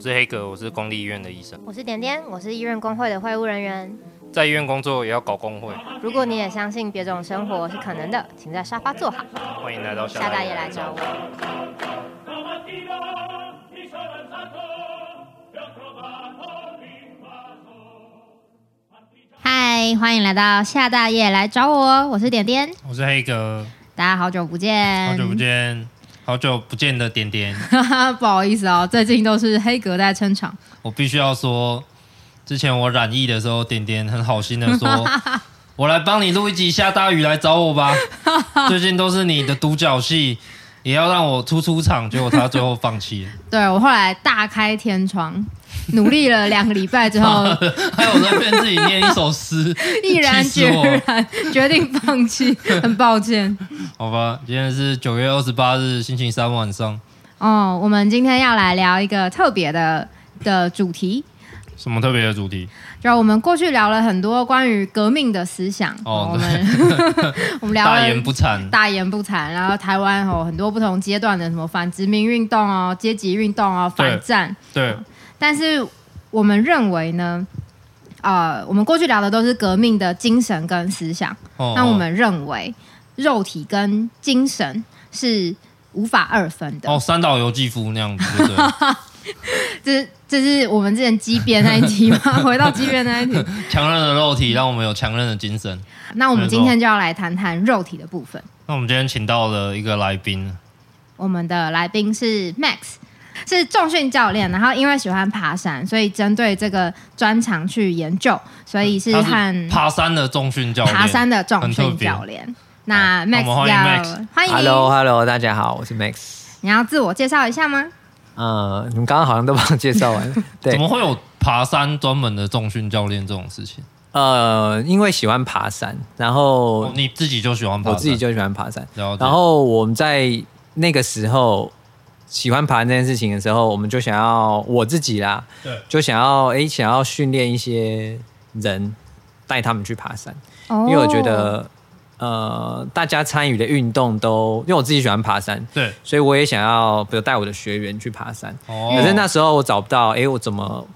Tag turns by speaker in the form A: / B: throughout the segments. A: 是黑格，我是公立医院的医生，
B: 我是点点，我是医院工会的会务人员。
A: 在医院工作也要搞工会。
B: 如果你也相信别种生活是可能的，请在沙发坐好，
A: 欢迎来到
B: 下大
A: 大
B: 夜来找我。
C: Stamattina mi sono alzato e ho trovato l'invaso.
B: 嗨，欢迎来到下大夜来找我，我是点点，
A: 我是黑格，
B: 大家好久不见，
A: 好久不见，好久不见的点点，
B: 见， 不好意思哦，最近都是黑格在撑场，
A: 我必须要说，之前我染疫的时候，点点很好心的 说。我来帮你录一集下大雨来找我吧，最近都是你的独角戏，也要让我出出场，结果他最后放弃了。
D: 对我后来大开天窗，努力了两个礼拜之 后，
A: 还有在那边自己念一 首诗，
D: 毅然
A: 气死
D: 决
A: 我
D: 然 决定放 弃，很抱歉。
A: 好吧，今天是九月二十八日，星期三晚上。
D: 哦，我们今天要来聊一个特别的的主题，
A: 什么特别的主题？
D: 就是我们过去聊了很多关于革命的思想，
A: 哦
D: 我们 我们聊了
A: 大言不惭。
D: 大言不惭，然后台湾哦很多不同阶段的什么反殖民运动哦、阶级运动哦、
A: 对
D: 反战，
A: 对，
D: 但是我们认为呢，呃，我们过去聊的都是革命的精神跟思想。
A: 哦
D: 那我们认为肉体跟精神是无法二分的，
A: 哦，三岛由纪夫那样子，对不对
D: 这这是我们之前激辩那一 题嘛？回到激辩那一题，
A: 强韧的肉体让我们有强韧的精神。
D: 那我们今天就要来谈谈肉体的部分。
A: 那我们今天请到了一个来宾，
D: 我们的来宾是 Max，是重训教练，然后因为喜欢爬山，所以针对这个专长去研究，所以是
A: 他
D: 和
A: 是爬山的重训教练，
D: 爬山的重
A: 很特
D: 训
A: 别
D: 教练。那 Max
A: 我们欢迎
D: 要
A: Max
D: 欢迎
E: Hello Hello，大家好，我是 Max。
D: 你要自我介绍一下吗？
E: 嗯，你们刚刚好像都帮我介绍完了。
A: 怎
E: 对，
A: 么会有爬山专门的重训教练这种事情？
E: 呃，因为喜欢爬山，然后
A: 哦你自己就喜欢爬
E: 我
A: 山，
E: 自己就喜欢爬山。
A: 了解
E: 然后我们在那个时候喜欢爬山这件事情的时候，我们就想要我自己啦，
A: 对
E: 就想要诶，想要训练一些人带他们去爬山，
D: 因
E: 因为我觉得呃，大家参与的运动都，因为我自己喜欢爬山，
A: 对
E: 所以我也想要，比如带我的学员去爬山。
A: 哦，
E: 可是那时候我找不到，诶，我怎么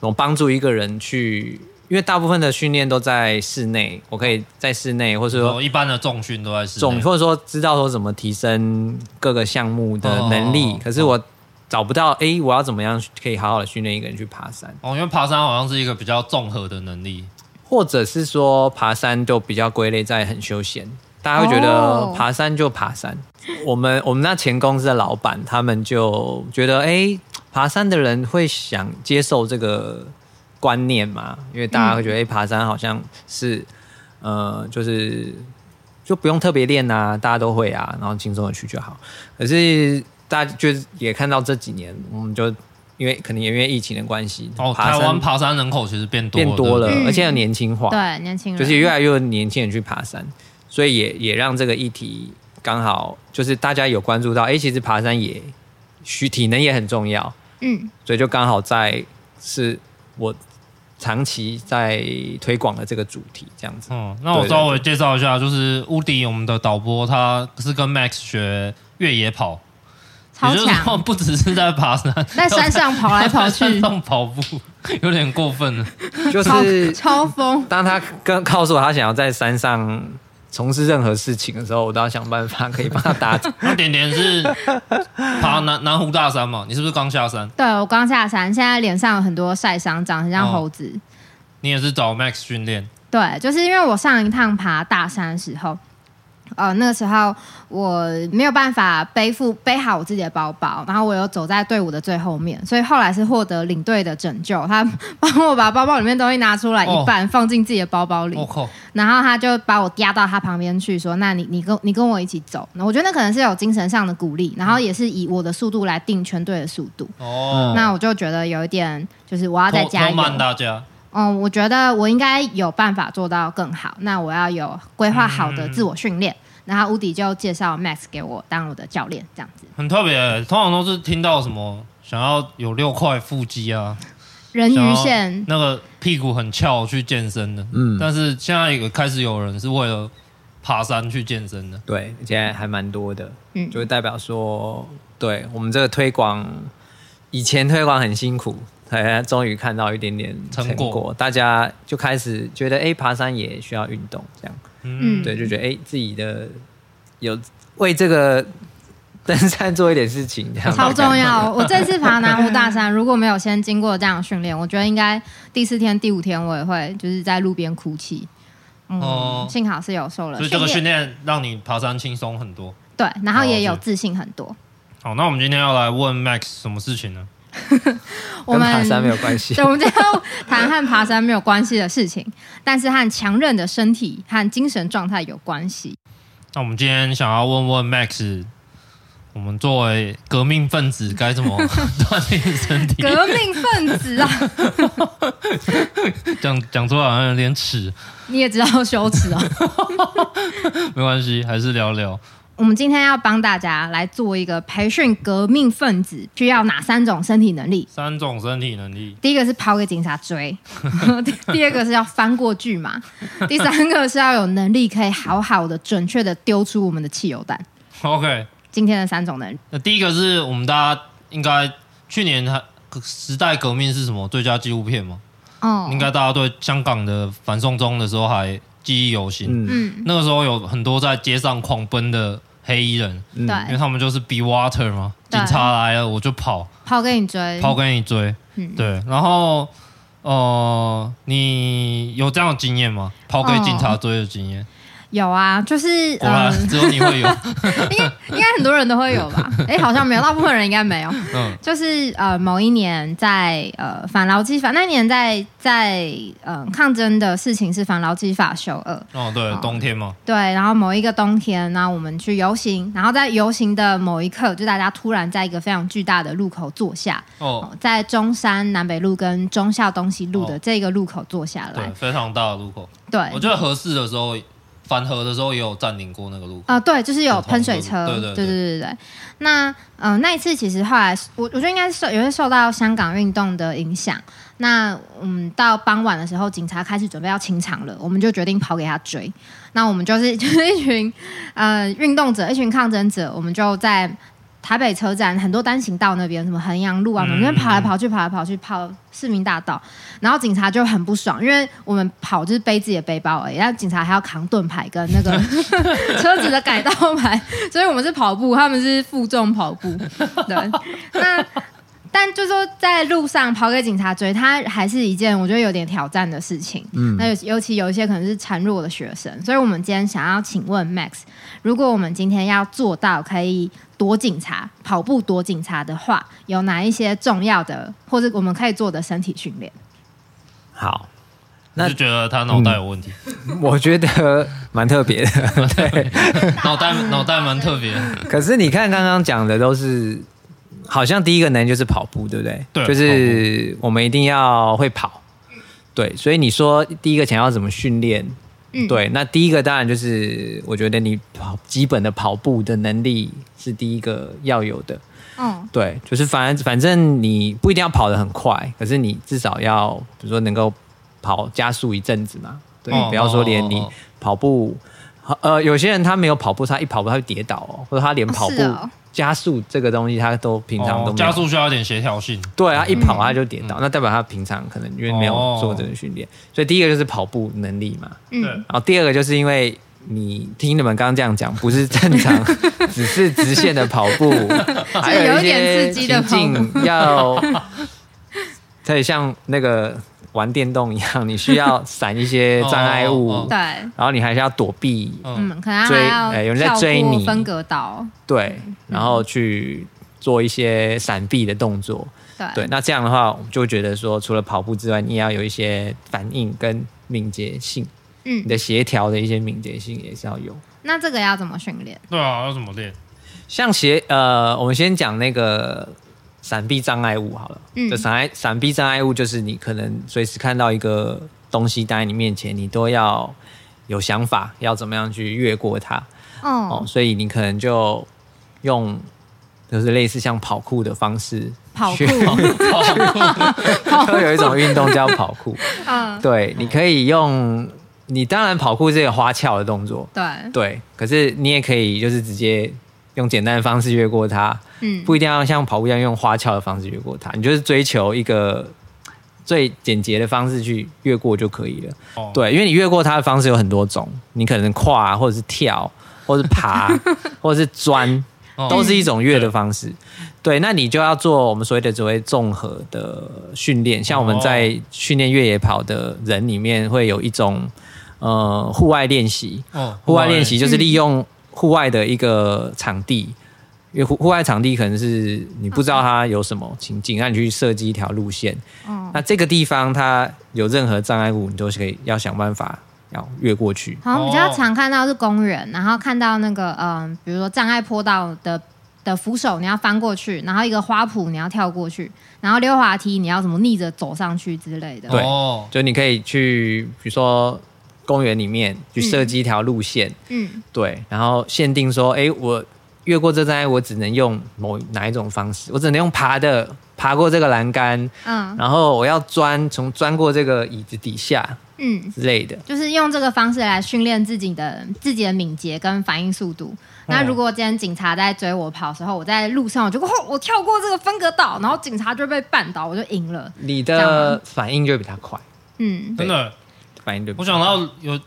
E: 怎么帮助一个人去？因为大部分的训练都在室内，我可以在室内，或者
A: 哦
E: 说
A: 一般的重训都在室内
E: 总或者说知道说怎么提升各个项目的能力。
A: 哦
E: 可是我找不到，诶，我要怎么样可以好好的训练一个人去爬山，
A: 哦，因为爬山好像是一个比较综合的能力，
E: 或者是说爬山就比较归类在很休闲。大家会觉得
D: 哦
E: 爬山就爬山，我们我们那前公司的老板他们就觉得，诶，爬山的人会想接受这个观念嘛？因为大家会觉得，哎、
D: 嗯
E: 爬山好像是，呃，就是就不用特别练啊，大家都会啊，然后轻松的去就好。可是大家就是也看到这几年，我们就因为可能也因为疫情的关系，
A: 哦，
E: 爬
A: 台湾
E: 山
A: 爬山人口其实变多
E: 变多了，
A: 对不对
D: 嗯
E: 而且有年轻化，
D: 对年轻人
E: 就是越来越多年轻人去爬山，所以也也让这个议题刚好就是大家有关注到，哎、其实爬山也需体能也很重要，
D: 嗯
E: 所以就刚好在是我长期在推广的这个主题 这样子。
A: 嗯，那我
E: 对对
A: 稍微介绍一下，就是乌迪，我们的导播，他是跟 Max 学越野跑，
D: 超
A: 也就是说
D: 强，
A: 不只是在爬山，
D: 在山上跑来跑
A: 在山
D: 去，
A: 上跑步有点过分了。
E: 就是
D: 超超疯。
E: 当他跟告诉我他想要在山上从事任何事情的时候，我都要想办法可以帮他达成。
A: 那点点 是爬南南湖大山嘛？你是不是刚下山？
D: 对我刚下山，现在脸上有很多晒伤，长得很像猴子。
A: 你也是找 Max 训练，
D: 对，就是因为我上一趟爬大山的时候，呃，那个时候我没有办法背负背好我自己的包包，然后我又走在队伍的最后面，所以后来是获得领队的拯救，他帮我把包包里面东西拿出来
A: 哦
D: 一半，放进自己的包包里。
A: 我、靠，
D: 然后他就把我压到他旁边去，说：“那你你跟你跟我一起走。”那我觉得那可能是有精神上的鼓励，然后也是以我的速度来定全队的速度。
A: 哦，
D: 嗯那我就觉得有一点，就是我要再
A: 拖
D: 加
A: 拖
D: 油。
A: 慢大家，
D: 嗯，我觉得我应该有办法做到更好。那我要有规划好的自我训
A: 嗯
D: 练。然后乌迪就介绍 Max 给我当我的教练，这样子
A: 很特别、通常都是听到什么想要有六块腹肌啊，
D: 人
A: 想
D: 鱼
A: 要
D: 线
A: 那个屁股很翘去健身的，
E: 嗯，
A: 但是现在有开始有人是为了爬山去健身的，
E: 对，现在还蛮多的，
D: 嗯
E: 就代表说，对我们这个推广以前推广很辛苦，哎，终于看到一点点
A: 成
E: 成
A: 果
E: 大家就开始觉得，哎、爬山也需要运动，这样，
A: 嗯
E: 对，就觉得哎、自己的有为这个登山做一点事情，这样
D: 超重要！我这次爬南湖 大山，如果没有先经过这样的训练，我觉得应该第四天、第五天我也会就是在路边哭泣。嗯，
A: 哦
D: 幸好是啊有受了
A: 所以这个训
D: 练，
A: 练让你爬山轻松很多。
D: 对，然后也有
A: 哦是
D: 自信很多。
A: 好，那我们今天要来问 Max 什么事情呢？
D: 我
E: 跟爬山没
D: 们
E: 有关系
D: 对，。我们就要谈和爬山没有关系的事情，但是和强韧的身体和精神状态有关系。
A: 那我们今天想要问问 Max，我们作为革命分子该怎么 锻炼身体？
D: 革命分子啊，
A: 讲讲出来好像有点耻，
D: 你也知道羞耻哦。
A: 没关系，还是聊聊。
D: 我们今天要帮大家来做一个培训革命分子需要哪三种身体能力。
A: 三种身体能力，
D: 第一个是跑给警察追， 第第二个是要翻过巨马，第三个是要有能力可以好好的、准确的丢出我们的汽油弹。
A: OK，
D: 今天的三种能力，
A: 那第一个是我们大家应该去年还时代革命是什么最佳纪录片嘛？
D: 哦，
A: 应该大家对香港的反送中的时候还记忆犹新。
E: 嗯，
D: 嗯，
A: 那个时候有很多在街上狂奔的黑衣人，
E: 嗯
A: 因为
D: 对，
A: 他们就是 be water 嘛，
D: 哎对
A: 警察来了我就跑，
D: 跑给你追，
A: 跑给你追。
D: 嗯
A: 对，然后呃，你有这样的经验吗？跑给警察追的经验？
D: 有啊，就是
A: 果
D: 哦嗯，
A: 然只有你会 有。
D: 应该应该很多人都会有 吧？哎、好像没有，大部分人应该没有。
A: 嗯，
D: 就是呃，某一年在呃反劳基法那一年在在呃抗争的事情是反劳基法修二，
A: 哦，对，冬天嘛，
D: 对，然后某一个冬天，然后我们去游行，然后在游行的某一刻，就大家突然在一个非常巨大的路口坐下，
A: 哦，
D: 哦、在中山南北路跟忠孝东西路的
A: 哦
D: 这个路口坐下来
A: 对，。非常大的路口。我
D: 对，
A: 觉得合适的时候，反核的时候也有占领过那个路口。
D: 呃，对，就是有喷水车，
A: 对对
D: 对对
A: 对
D: 对对。那嗯、呃那一次其实后来我我觉得应该是受也是受到香港运动的影响。那嗯，到傍晚的时候，警察开始准备要清场了，我们就决定跑给他追。那我们就是 就是一群呃运动者，一群抗争者，我们就在台北车站很多单行道那边，什么衡阳路啊，
A: 嗯
D: 我们那边跑来跑去，跑来跑去，跑市民大道。然后警察就很不爽，因为我们跑就是背自己的背包而已，然后警察还要扛盾牌跟 那个 车子的改道牌，所以我们是跑步，他们是负重跑步。对，那。但就说在路上跑给警察追，他还是一件我觉得有点挑战的事情。嗯，那尤尤其有一些可能是孱弱的学生，所以我们今天想要请问 Max，如果我们今天要做到可以躲警察、跑步躲警察的话，有哪一些重要的或者我们可以做的身体训练？
E: 好，
A: 我就觉得他脑袋有问题，
E: 我觉得蛮特别的。嗯
A: 脑袋脑袋蛮特别的。
E: 可是你看刚刚讲的都是，好像第一个能就是跑步，对不对？
A: 对
E: 就是我们一定要会跑。对，所以你说第一个想要怎么训练？
D: 嗯
E: 对，那第一个当然就是我觉得你跑基本的跑步的能力是第一个要有的。
D: 嗯，
E: 对，就是反反正你不一定要跑得很快，可是你至少要比如说能够跑加速一阵子嘛。对，
A: 嗯
E: 不要说连
A: 哦
E: 你
A: 哦哦
E: 跑步，呃，有些人他没有跑步，他一跑步他会跌倒哦，或者他连跑步
D: 是哦
E: 加速这个东西他都平常都
A: 哦
E: 没有。
A: 加速需要一点协调性。
E: 对啊，一跑他就跌倒，那代表他平常可能因为没有
A: 哦
E: 做这个训练，所以第一个就是跑步能力嘛。
A: 对，
E: 然后第二个就是因为你听你们刚刚这样讲，不是正常， 只是直线的跑步，还
D: 有
E: 有
D: 一
E: 一
D: 点
E: 些
D: 刺激的
E: 情
D: 跑步
E: 境要， 可以像那个玩电动一样，你需要闪一些障碍物，
A: 哦哦哦
D: 对，嗯
E: 然后你还是要躲避，
A: 嗯，
D: 嗯，可能
E: 追
D: 还
E: 哎有
D: 要
E: 人在
D: 跳
E: 追
D: 过
E: 你
D: 分隔岛，
E: 对，
D: 嗯
E: 然后去做一些闪避的动作。
D: 对
E: 对，那这样的话，我们就会觉得说，除了跑步之外，你也要有一些反应跟敏捷性，你
D: 嗯，
E: 的协调的一些敏捷性也是要有。
D: 那这个要怎么训练？
A: 对啊，要怎么练？
E: 像协呃，我们先讲那个闪避障碍物好了。
D: 嗯
E: 就闪碍闪避障碍物就是你可能随时看到一个东西挡在你面前，你都要有想法，要怎么样去越过它。哦
D: 哦，，
E: 所以你可能就用就是类似像跑酷的方式
D: 跑
E: 去
D: 酷，
E: 都有一种运动叫跑酷。
D: 嗯，
E: 对，你可以用你当然跑酷是一个花俏的动作，
D: 对，
E: 对，可是你也可以就是直接用简单的方式越过它，
D: 嗯，
E: 不一定要像跑步一样用花俏的方式越过它，你就是追求一个最简洁的方式去越过就可以了。
A: 哦
E: 对，因为你越过它的方式有很多种，你可能跨啊或者是跳，或者是 爬，或者是钻，
A: 哦
E: 都是一种越的方式。对，那你就要做我们所谓的所谓综合的训练，像我们
A: 哦
E: 在训练越野跑的人里面，会有一种呃户外练习，
A: 哦
E: 户外练习就是利用户外的一个场地，因为户户外场地可能是你不知道它有什么情境，那你去设计一条路线。
D: 哦
E: 那这个地方它有任何障碍物，你都是可以要想办法要越过去。
D: 好像比较常看到是公园，然后看到那个嗯，比如说障碍坡道的的扶手你要翻过去，然后一个花圃你要跳过去，然后溜滑梯你要怎么逆着走上去之类的。
E: 对
A: 哦
E: 就你可以去，比如说公园里面去设计一条路线，
D: 嗯，
E: 对，然后限定说，哎，我越过这障碍，我只能用某哪一种方式，我只能用爬的，爬过这个栏杆，
D: 嗯
E: 然后我要钻，从钻过这个椅子底下
D: 嗯，
E: 之类的。
D: 就是用这个方式来训练自己的自己的敏捷跟反应速度。
E: 嗯
D: 那如果今天警察在追我跑的时候，我在路上我就哦，我跳过这个分隔岛，然后警察就被绊倒，我就赢了。
E: 你
D: 这样
E: 的反应就会比他快，
D: 嗯，
A: 真的，
E: 反应就比他
A: 我想到有，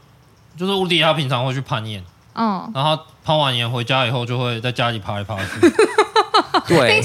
A: 就是乌迪他平常会去攀岩，
D: 哦，
A: 然后他攀完岩回家以后就会在家里爬来爬去，
E: 对，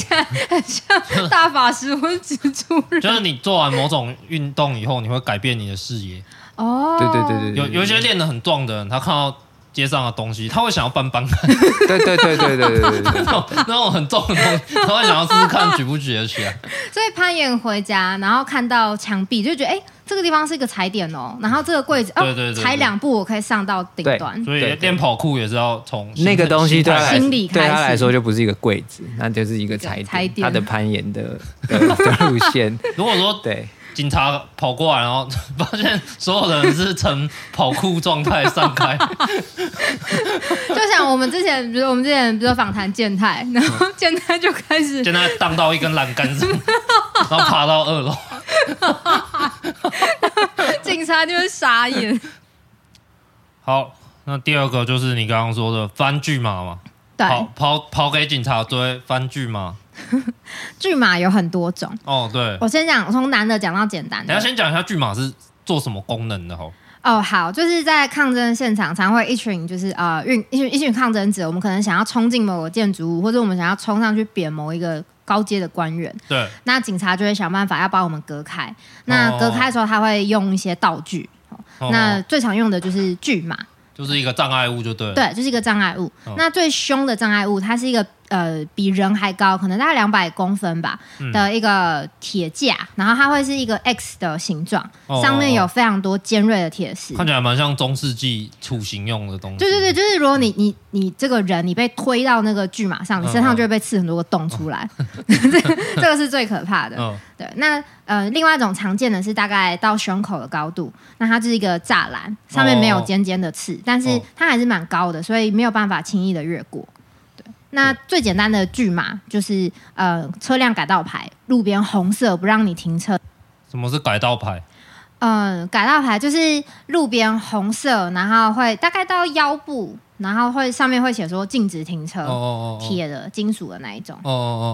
D: 大法师或蜘蛛人
A: 就是你做完某种运动以后，你会改变你的视野。
D: 哦，
E: 对对对对，
A: 有有一些练得很壮的人，他看到街上的东西，他会想要搬搬看
E: 对对对对对对对对对
A: 那种那种很重的东西，他会想要试试看举不举得起来。
D: 所以攀岩回家，然后看到墙壁就觉得，哎、这个地方是一个踩点哦，然后这个柜子哦，
A: 对对对对
D: 踩两步我可以上到顶端。
A: 所以
E: 对对
A: 练跑酷也是要从
E: 那个东西对
A: 对
E: 他来
D: 心理
E: 对
D: 开
E: 他
D: 始
E: 来说就不是一个柜子，那就是一个
D: 一
E: 踩
D: 个踩
E: 点，
D: 点
E: 他的攀岩的的的路线，
A: 如果说
E: 对。
A: 警察跑过来，然后发现所有的人是呈跑酷状态散 开，
D: 就像我们之前，比如我们之前比如访谈健太，然后健太就 开始
A: 现在荡到一根栏杆 上，然后爬到二楼。
D: 警察就会 傻眼。
A: 好，那第二个就是你刚刚说的翻巨马嘛，
D: 对，
A: 跑跑跑给警察追翻巨马。
D: 巨马有很多种，
A: 哦，对，
D: 我先讲从难的讲到简单
A: 等一下
D: 的。
A: 先讲一下巨马是做什么功能的哦。
D: 哦，好，就是在抗争现场，常会一群就是呃运一群一群抗争者，我们可能想要冲进某个建筑物，或者我们想要冲上去扁某一个高阶的官员。
A: 对，
D: 那警察就会想办法要把我们隔开。那隔开的时候，他会用一些道具。
A: 哦
D: 那最常用的就是巨马，
A: 就是一个障碍物就对了。
D: 对，就是一个障碍物。
A: 哦
D: 那最凶的障碍物，它是一个呃比人还高，可能大概两百公分吧
A: 嗯
D: 的一个铁架，然后它会是一个 X 的形状，
A: 哦
D: 上面有非常多尖锐的铁
E: 嗯
D: 丝。
A: 看起来蛮像中世纪处刑用的东西。
D: 对对对，就是如果你你你这个人你被推到那个巨马上，你
A: 嗯
D: 身上就会被刺很多个洞 出来， 这这个是最可怕的。
A: 嗯，
D: 对，那呃，另外一种常见的是大概到胸口的高度，那它就是一个栅栏，上面没有尖尖的刺，但是它还是蛮高的，所以没有办法轻易的越过。对，那最简单的拒马就是呃，车辆改道牌，路边红色不让你停车。
A: 什么是改道牌？
D: 嗯，改道牌就是路边红色，然后会大概到腰部，然后会上面会写说禁止停车，
A: 哦哦哦哦，
D: 铁的、金属的那一种。
A: 哦哦哦，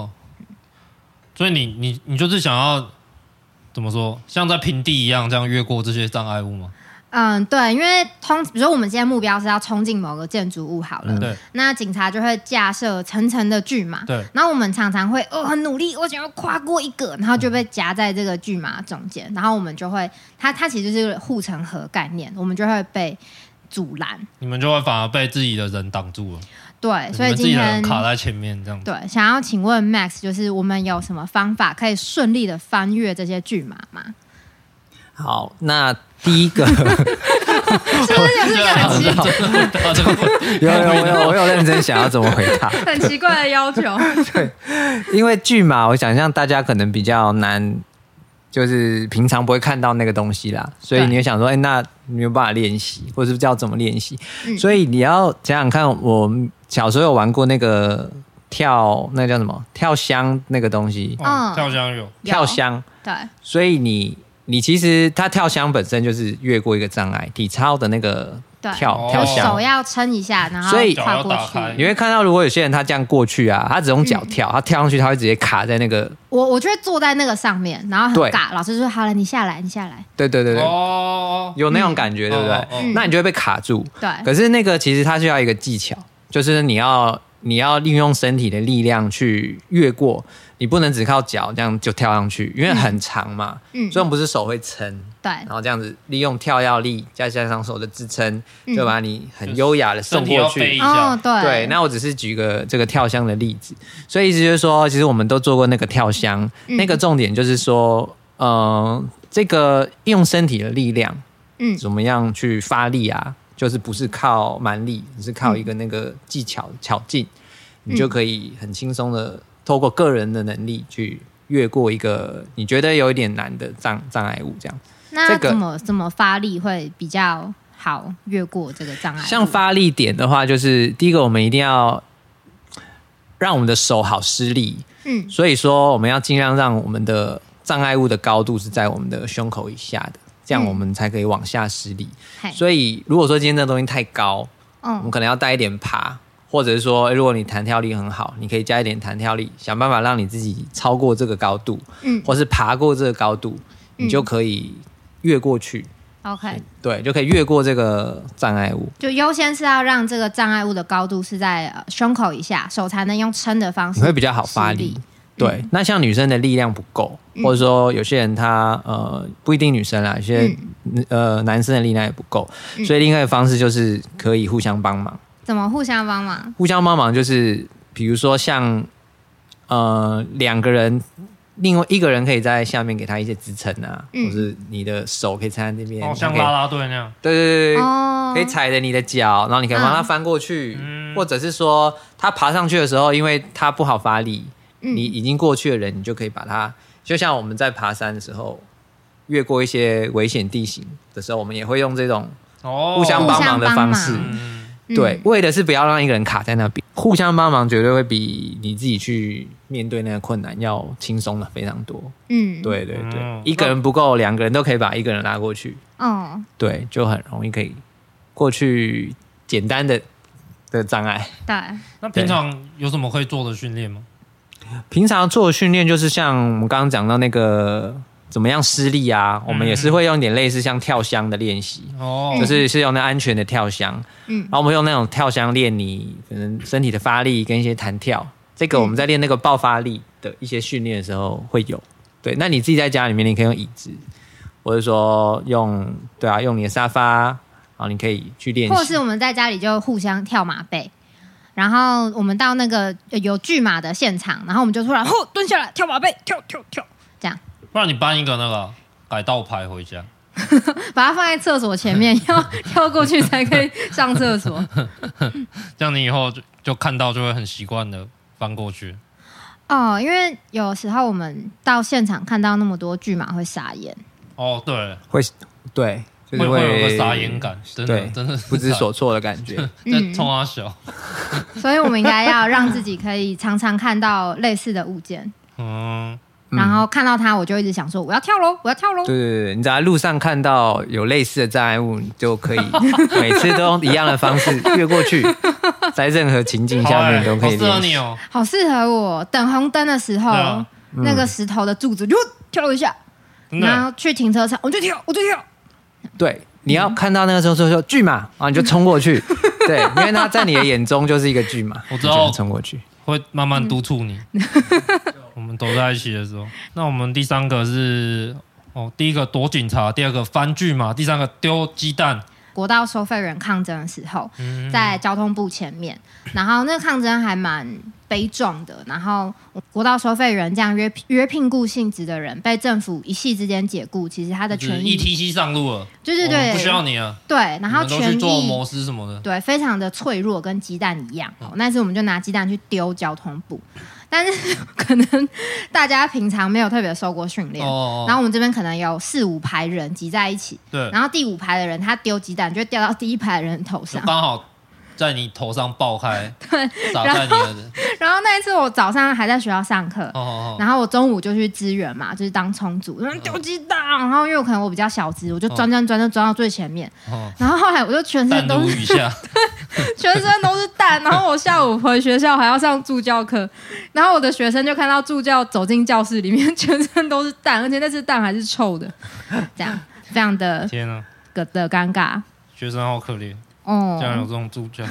A: 所以你你你就是想要怎么说，像在平地一样这样越过这些障碍物吗？
D: 嗯，对，因为通，比如说我们今天目标是要冲进某个建筑物好了，
A: 对
D: 那警察就会架设层层的巨马，
A: 嗯对，
D: 然后我们常常会哦很努力，我想要跨过一个，然后就被
A: 嗯
D: 夹在这个巨马中间，然后我们就会，它它其实就是护城河概念，我们就会被阻拦，
A: 你们就会反而被自己的人挡住了，
D: 对，所以
A: 你们自
D: 今
A: 己的人
D: 天
A: 卡在前面这样子。
D: 对想要请问 Max，就是我们有什么方法可以顺利的翻越这些巨马 吗？
E: 好，那第一个
D: 是不是有这个 很奇
A: 啊这个
E: 有有我 有我有认真想要怎么回答，
D: 很奇怪的要 求？
E: 因为巨马，我想象大家可能比较难，就是平常不会看到那个东西啦，所以
D: 对
E: 你会想说，哎、那你有没有办法练习，或者是不知道怎么练习？
D: 嗯
E: 所以你要想想看，我们小时候有玩过那个跳，那个叫什么跳箱那个东西，
A: 哦
D: 嗯
A: 跳箱有
D: 有
E: 跳箱，
D: 对，
E: 所以你你其实它跳箱本身就是越过一个障碍，体操的那个
D: 对对，
E: 跳
A: 哦
E: 跳
D: 就
E: 箱
D: 手。要撑一下，然后
E: 所以
D: 跨
A: 脚要打
D: 过
A: 开
E: 你
D: 去。
E: 会看到，如果有些人他这样过去啊，他只用脚跳，他跳上去他会直接卡在那个，
D: 我我就会坐在那个上面，然后很
E: 对
D: 尬。老师就说：“好了，你下来，你下来。
E: 对对对对，
A: 哦，
E: 有那种感觉，对不
A: 哦哦
E: 对？那你就会被卡住。”
D: 对，
E: 可是那个其实它需要一个技巧，就是你要你要利用身体的力量去越过，你不能只靠脚这样就跳上去，因为很长嘛。
D: 嗯
E: 所以我们不是手会撑，
D: 对
E: 然后这样子利用跳跃力再加上手的支撑，
D: 嗯
E: 就把你很优雅的送
A: 身
E: 过
A: 体要背
E: 去
A: 一。下
D: 哦，对，
E: 对，那我只是举个这个跳箱的例子，所以意思就是说，其实我们都做过那个跳箱，
D: 嗯
E: 那个重点就是说，嗯、这个用身体的力量，
D: 嗯
E: 怎么样去发力啊？就是不是靠蛮力，你是靠一个那个技巧巧劲，你就可以很轻松的透过个人的能力去越过一个你觉得有一点难的障障碍物，这样。
D: 那
E: 这个
D: 怎么怎么发力会比较好越过这个障碍？
E: 像发力点的话，就是第一个，我们一定要让我们的手好施力。
D: 嗯
E: 所以说，我们要尽量让我们的障碍物的高度是在我们的胸口以下的，这样
D: 嗯
E: 我们才可以往下施力。
D: 嘿
E: 所以，如果说今天这东西太高，我们
D: 嗯
E: 可能要带一点爬，或者是说，诶如果你弹跳力很好，你可以加一点弹跳力，想办法让你自己超过这个高度，
D: 嗯
E: 或是爬过这个高度，你就可以越过去，
D: 嗯，OK，
E: 对，就可以越过这个障碍物。
D: 就优先是要让这个障碍物的高度是在、呃胸口以下，手才能用撑的方式，
E: 你会比较好发力。对，
D: 嗯
E: 那像女生的力量不够，或者说有些人她呃不一定女生啦，有些、
D: 嗯
E: 呃男生的力量也不够，所以另外一个方式就是可以互相帮忙。
D: 怎么互相帮忙？
E: 互相帮忙就是比如说像呃两个人，另外一个人可以在下面给他一些支撑啊，
D: 嗯
E: 或是你的手可以撑在那边，
A: 哦，
E: 他
A: 像
E: 可以
A: 拉拉队那样，
E: 对对对对，
D: 哦
E: 可以踩着你的脚，然后你可以帮他翻过去，
A: 嗯
E: 或者是说他爬上去的时候，因为他不好发力，
D: 嗯
E: 你已经过去的人，你就可以把他，就像我们在爬山的时候，越过一些危险地形的时候，我们也会用这种
A: 哦，
E: 互相帮
D: 互
E: 忙
D: 相
E: 的
D: 帮
E: 方
D: 忙
E: 式，
A: 嗯，
E: 对，为的是不要让一个人卡在那边，互相帮忙绝对会比你自己去面对那个困难要轻松的非常多。
D: 嗯，，
E: 对对对，
A: 嗯
E: 一个人不够，两个人都可以把一个人拉过去。
D: 哦，
E: 对，就很容易可以过去简单的的障碍。
D: 对，
A: 那平常有什么可以做的训练吗？
E: 平常做的训练就是像我们刚刚讲到那个怎么样施力啊，我们也是会用一点类似像跳箱的练习，
A: 哦，
E: 就是是用那安全的跳箱，
D: 嗯
E: 然后我们用那种跳箱练你可能身体的发力跟一些弹跳，这
D: 嗯
E: 个我们在练那个爆发力的一些训练的时候会有。对，那你自己在家里面，你可以用椅子，或者说用对啊，用你的沙发，然后你可以去练习，
D: 或者是我们在家里就互相跳马背。然后我们到那个呃有巨马的现场，然后我们就突然 吼蹲下来跳马背，跳跳跳，这样
A: 不然你搬一个那个改道牌回家，
D: 把它放在厕所前面， 要跳过去才可以上厕所。
A: 这样你以后就就看到就会很习惯的翻过去。
D: 哦，因为有时候我们到现场看到那么多巨马会傻眼，
A: 哦，对，
E: 会对，就是
A: 会会有个傻眼，感，真的
E: 对
A: 真的是
E: 不知所措的感觉。
A: 在
D: 嗯
A: 冲阿小，
D: 所以我们应该要让自己可以常常看到类似的物件，
A: 嗯，
D: 然后看到它我就一直想说我要跳喽，我要跳喽
E: 对。对对，你只要在路上看到有类似的障碍物，你就 可以每次都用一样的方式越过去，在任何情境下面
A: 好
E: 都
A: 欸
E: 可
A: 好
E: 以
A: 适合
E: 练习。
A: 你哦，
D: 好适合我等红灯的时候，
A: 对啊
D: 那个石头的柱子就跳一下，
A: 真
D: 然
A: 的
D: 后去停车场我就跳，我就跳。
E: 对，你要看到那个时候就说巨马，然后你就冲过 去。对，因为它在你的眼中就是一个巨马，
A: 我知
E: 你就
A: 道
E: 冲过去。
A: 会慢慢督促你。
D: 嗯
A: 我们走在一起的时候，那我们第三个是哦，第一个躲警察，第二个翻剧嘛，第三个丢鸡蛋，
D: 国道收费人抗争的时候，
A: 嗯
D: 在交通部前面，然后那个抗争还蛮悲壮的。然后国道收费人这样约约聘雇性质的人被政府一夕之间解雇，其实他的
A: 就是
D: 啊权益，
A: ETC 上路了，
D: 对对
A: 我们
D: 对，
A: 哦不需要你了，
D: 对，然后
A: 你们都
D: 权
A: 去做摩
D: 益
A: 斯什么的。
D: 对非常的脆弱，跟鸡蛋一样。哦那次我们就拿鸡蛋去丢交通部，但是 可能大家平常没有特别受过训练，
A: 哦
D: 然后我们这边可能有四五排人挤在一起，
A: 对，
D: 然后第五排的人他丢鸡蛋就会掉到第一排的人头
A: 就
D: 上。
A: 刚好在你头上爆 开，砸在你的，
D: 然后那一次我早上还在学校上课，
A: 嗯哦嗯哦哦，
D: 然后我中午就去支援嘛，就是当充足，然后丢鸡蛋，然后因为我可能我比较小只，我就钻钻钻就钻到最前面，
A: 哦
D: 然后后来我就全
A: 弹
D: 身都
A: 如
D: 是
A: 雨下，
D: 全身都是蛋，然后我下午回学校还要上助教课，然后我的学生就看到助教走进教室里面，全身都是蛋，而且那只蛋还是臭的，这样非常 的
A: 天啊，
D: 个的尴尬
A: 学生好可怜，
D: 哦
A: 竟。然有这种助教，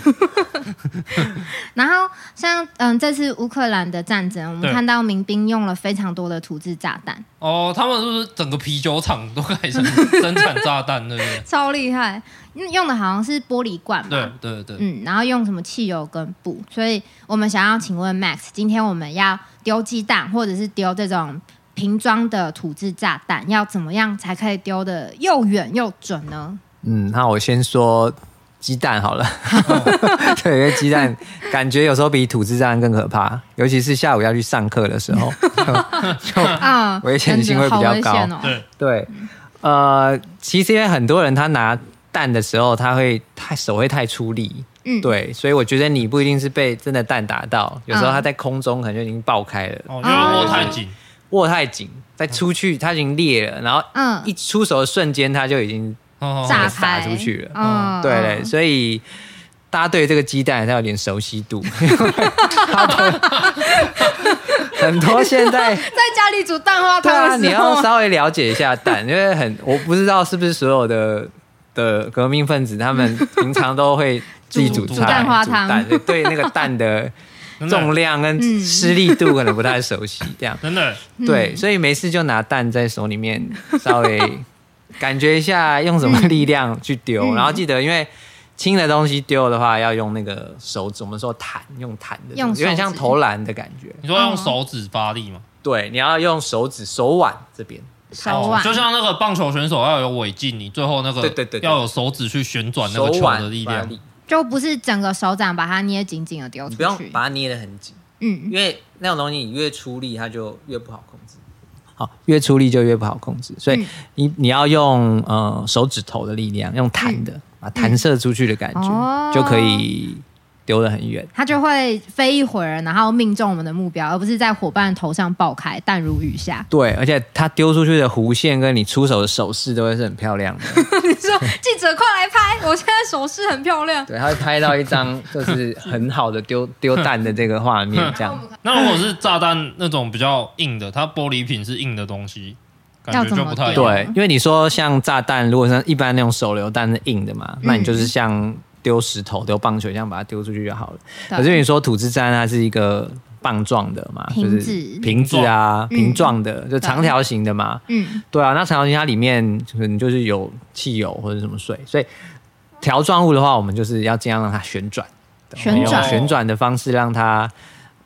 D: 然后像嗯，这次乌克兰的战争，
A: 对
D: 我们看到民兵用了非常多的土制炸弹，
A: 哦，他们是不是整个啤酒厂都开始生产炸弹，对不对？
D: 超厉害，嗯用的好像是玻璃罐吧
A: 对？对对，
D: 嗯，然后用什么汽油跟布，所以我们想要请问 Max，今天我们要丢鸡蛋或者是丢这种瓶装的土制炸弹，要怎么样才可以丢的又远又准 呢？
E: 嗯，那我先说鸡蛋好了，
A: 哦
E: 对，因为鸡蛋感觉有时候比土制炸弹更可怕，尤其是下午要去上课的时候，
D: 啊、
E: 危险
D: 真的
E: 性会比
D: 好
E: 较
D: 危
E: 高
D: 险哦、
A: 嗯 对，
E: 对，呃，其实因为很多人他拿蛋的时候，他会太手会太出力，
D: 嗯
E: 对，所以我觉得你不一定是被真的蛋打到，有时候
D: 嗯
E: 它在空中可能就已经爆开了，
A: 哦，因为握太紧，
E: 握太紧，再出去它已经裂了，然后
D: 嗯
E: 一出手的瞬间它就已经
A: 哦哦
D: 炸
A: 哦
D: 开
E: 撒出去了
D: 嗯，
E: 对嘞，所以大家对这个鸡蛋它有点熟悉 度，它的 很多现在。
D: 在家里煮蛋花
E: 对啊，
D: 汤
E: 你
D: 的时
E: 要
D: 候，
E: 稍微了解一下蛋，因为很我不知道是不是所有的的革命分子他们 平常都会自己煮
A: 煮煮
E: 菜
A: 蛋
D: 花
E: 煮
D: 汤嗯
E: 蛋所以对那个蛋的重量跟施力度可能不太熟悉，这样
A: 真的
E: 对，所以没事就拿蛋在手里面稍微感觉一下用什么力量去丢，
D: 嗯
E: 然后记得因为。轻的东西丢的话，要用那个手指，我们说弹，用弹的东西，
D: 用手
E: 有点像
D: 指
E: 投篮的感觉。
A: 你说用手指发力嘛？
E: 对，你要用手指、手腕这边，
D: 手
E: 哦
D: 腕
A: 哦就像那个棒球选手要有尾劲，你最后那个
E: 对对对对
A: 要有手指去旋转那
E: 手
A: 个球
E: 腕
A: 的力
E: 发
A: 量。
D: 就不是整个手掌把它捏紧紧的丢
E: 你
D: 出
E: 不用
D: 去，
E: 把它捏得很紧，
D: 嗯，
E: 因为那种东西你越出力，它就越不好控制。好，越出力就越不好控制，所以你你要用呃手指头的力量，用弹的，把弹射出去的感觉，
D: 哦
E: 就可以丢得很远。
D: 它就会飞一会儿，然后命中我们的目标，而不是在伙伴头上爆开，弹如雨下。
E: 对，而且它丢出去的弧线跟你出手的手势都会是很漂亮的，
D: 你说记者快来拍，我现在手势很漂亮。
E: 对，它会拍到一张就是很好的丢丢蛋的这个画面，这样。
A: 那如果是炸弹那种比较硬的，它玻璃瓶是硬的东西，
D: 要
A: 感觉
D: 怎
A: 就
D: 么
A: 不太一
D: 丢
A: 样。
E: 对，因为你说像炸弹，如果像一般那种手榴弹是硬的
D: 嗯
E: 嘛，那你就是像丢石头、丢棒球一样把它丢出去就好了。
D: 对
E: 可是你说土制战，它是一个棒状的嘛，就
D: 瓶
E: 是
D: 子
E: 瓶子啊，
D: 嗯
E: 瓶状的，就长条形的嘛。
D: 嗯，
E: 对啊，那长条形它里面可能就是有汽油或者什么水，所以条状物的话，我们就是要尽量让它旋转，
D: 旋
E: 用
D: 转
E: 旋转的方式让它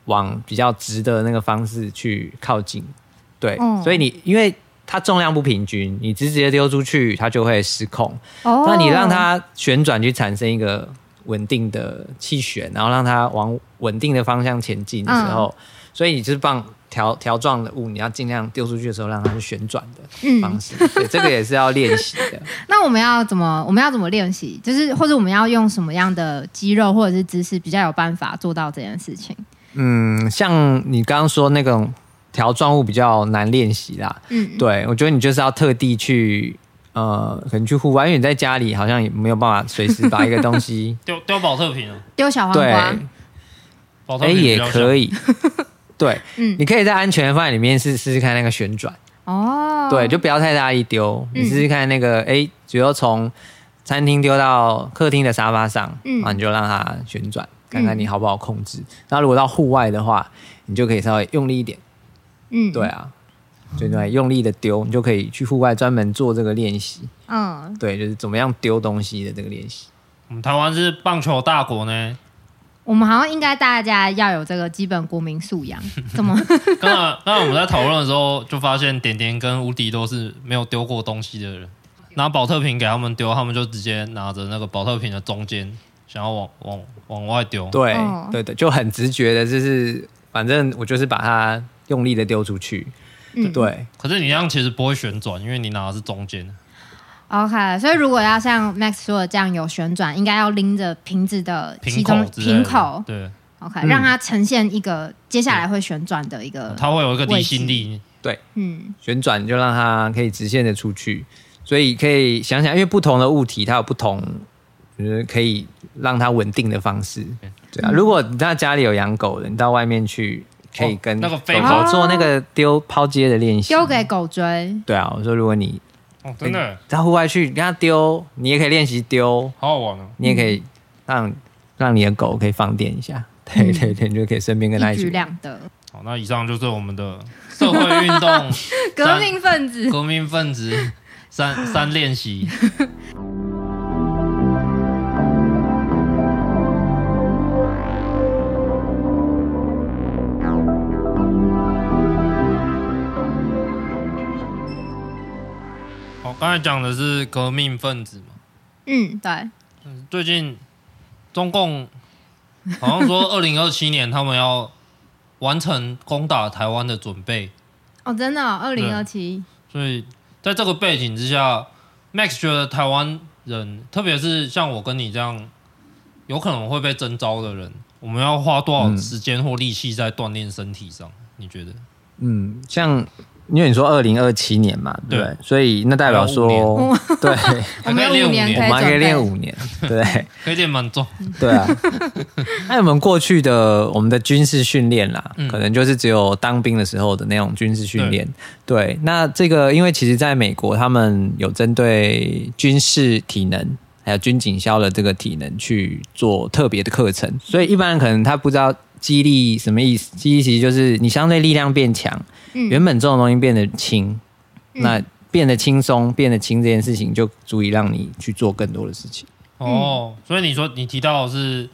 E: 往比较直的那个方式去靠近。对，
D: 嗯
E: 所以你因为它重量不平均，你直接丢出去它就会失控。
D: 哦
E: 那你让它旋转去产生一个稳定的气旋，然后让它往稳定的方向前进的时候，
D: 嗯
E: 所以你就是棒条条状的物，你要尽量丢出去的时候让它是旋转的方式。
D: 嗯
E: 对，这个也是要练习 的。
D: 那我们要怎么？我们要怎么练习？就是或者我们要用什么样的肌肉或者是姿势比较有办法做到这件事情？
E: 嗯，像你刚刚说那种条状物比较难练习啦。
D: 嗯，
E: 对，我觉得你就是要特地去，呃，可能去户外，因为你在家里好像也没有办法随时把一个东 西
A: 丢丢保特瓶啊，
D: 丢小黄
E: 对，
D: 瓜，
A: 保特
E: 哎
A: 瓶比
E: 也
A: 较
E: 可
A: 以。
E: 以，对，
D: 嗯
E: 你可以在安全的范围里面试试试看那个旋转，
D: 哦，
E: 对，就不要太大力丢，你
D: 嗯
E: 试试看那个，哎，只要从餐厅丢到客厅的沙发上，啊
D: 嗯
E: 然后你就让它旋转，看看你好不好控制。那如果到户外的话，你就可以稍微用力一点，
D: 嗯，
E: 对，啊，就对，用力的丢，你就可以去户外专门做这个练习。
D: 嗯，
E: 对，就是怎么样丢东西的这个练习。
A: 我们台湾是棒球大国呢，
D: 我们好像应该大家要有这个基本国民素养，怎么？
A: 刚才刚才我们在讨论的时候，就发现点点跟无敌都是没有丢过东西的人，拿保特瓶给他们丢，他们就直接拿着那个保特瓶的中间，想要往往往外丢。
E: 对、
D: 哦
E: 对对，就很直觉的，就是反正我就是把它用力的丢出去。
D: 嗯
E: 对，
A: 可是你这样其实不会旋转，因为你拿的是中间。
D: OK，所以如果要像 Max 说的这样有旋转，应该要拎着瓶子的
A: 瓶
D: 其
A: 口
D: 中
A: 之类的
D: 瓶口
A: 对，
D: ，OK，、
E: 嗯
D: 让它呈现一个接下来会旋转的一个，
A: 它会有一个离心
D: 位置
A: 力，
D: 嗯，
E: 旋转就让它可以直线的出去，所以可以想想，因为不同的物体它有不同，就是可以让它稳定的方式。
A: 嗯
E: 对啊，如果你在家里有养狗的，你到外面去可以
A: 哦
E: 跟
A: 那个
E: 狗
A: 飞
E: 狗
D: 跑
E: 做那个丢抛接的练习。
D: 哦丢给狗追，
E: 对啊，我说如果你
A: 哦，真的
E: 到户外去跟它丢，你也可以练习丢，
A: 好好玩哦。
E: 你也可以让让你的狗可以放电一下。对对对，你就可以顺便跟
D: 嗯
E: 它
D: 一
E: 一起
D: 举。两得，
A: 好，那以上就是我们的社会运动
D: 革命分子。
A: 革命分子三三练习。好，刚才讲的是革命分子嘛，
D: 嗯，对，
A: 最近中共好像说二零二七年他们要完成攻打台湾的准备，
D: 哦，真的、哦，二零二七，
A: 所以在这个背景之下，Max 觉得台湾人，特别是像我跟你这样有可能会被征召的人，我们要花多少时间或力气在锻炼身体上？你觉得？
E: 嗯，像因为你说二零二七年嘛，对不对，所以那代表
A: 还有
E: 说，对，
D: 我
A: 还
D: 们
A: 可以练
D: 有五
A: 五
D: 年
A: 年
E: 我
D: 可以
E: 们还可以
D: 准备
E: 练五年，对
A: 可以练蛮重，
E: 对啊。那我们过去的我们的军事训练啦，
A: 嗯
E: 可能就是只有当兵的时候的那种军事训练。对，那这个因为其实在美国，他们有针对军事体能。还有军警消的这个体能去做特别的课程，所以一般人可能他不知道肌力什么意思。肌力其实就是你相对力量变强，
D: 嗯
E: 原本这种东西变得轻，那变得轻松，变得轻这件事情就足以让你去做更多的事情。
A: 哦，所以你说你提到的是，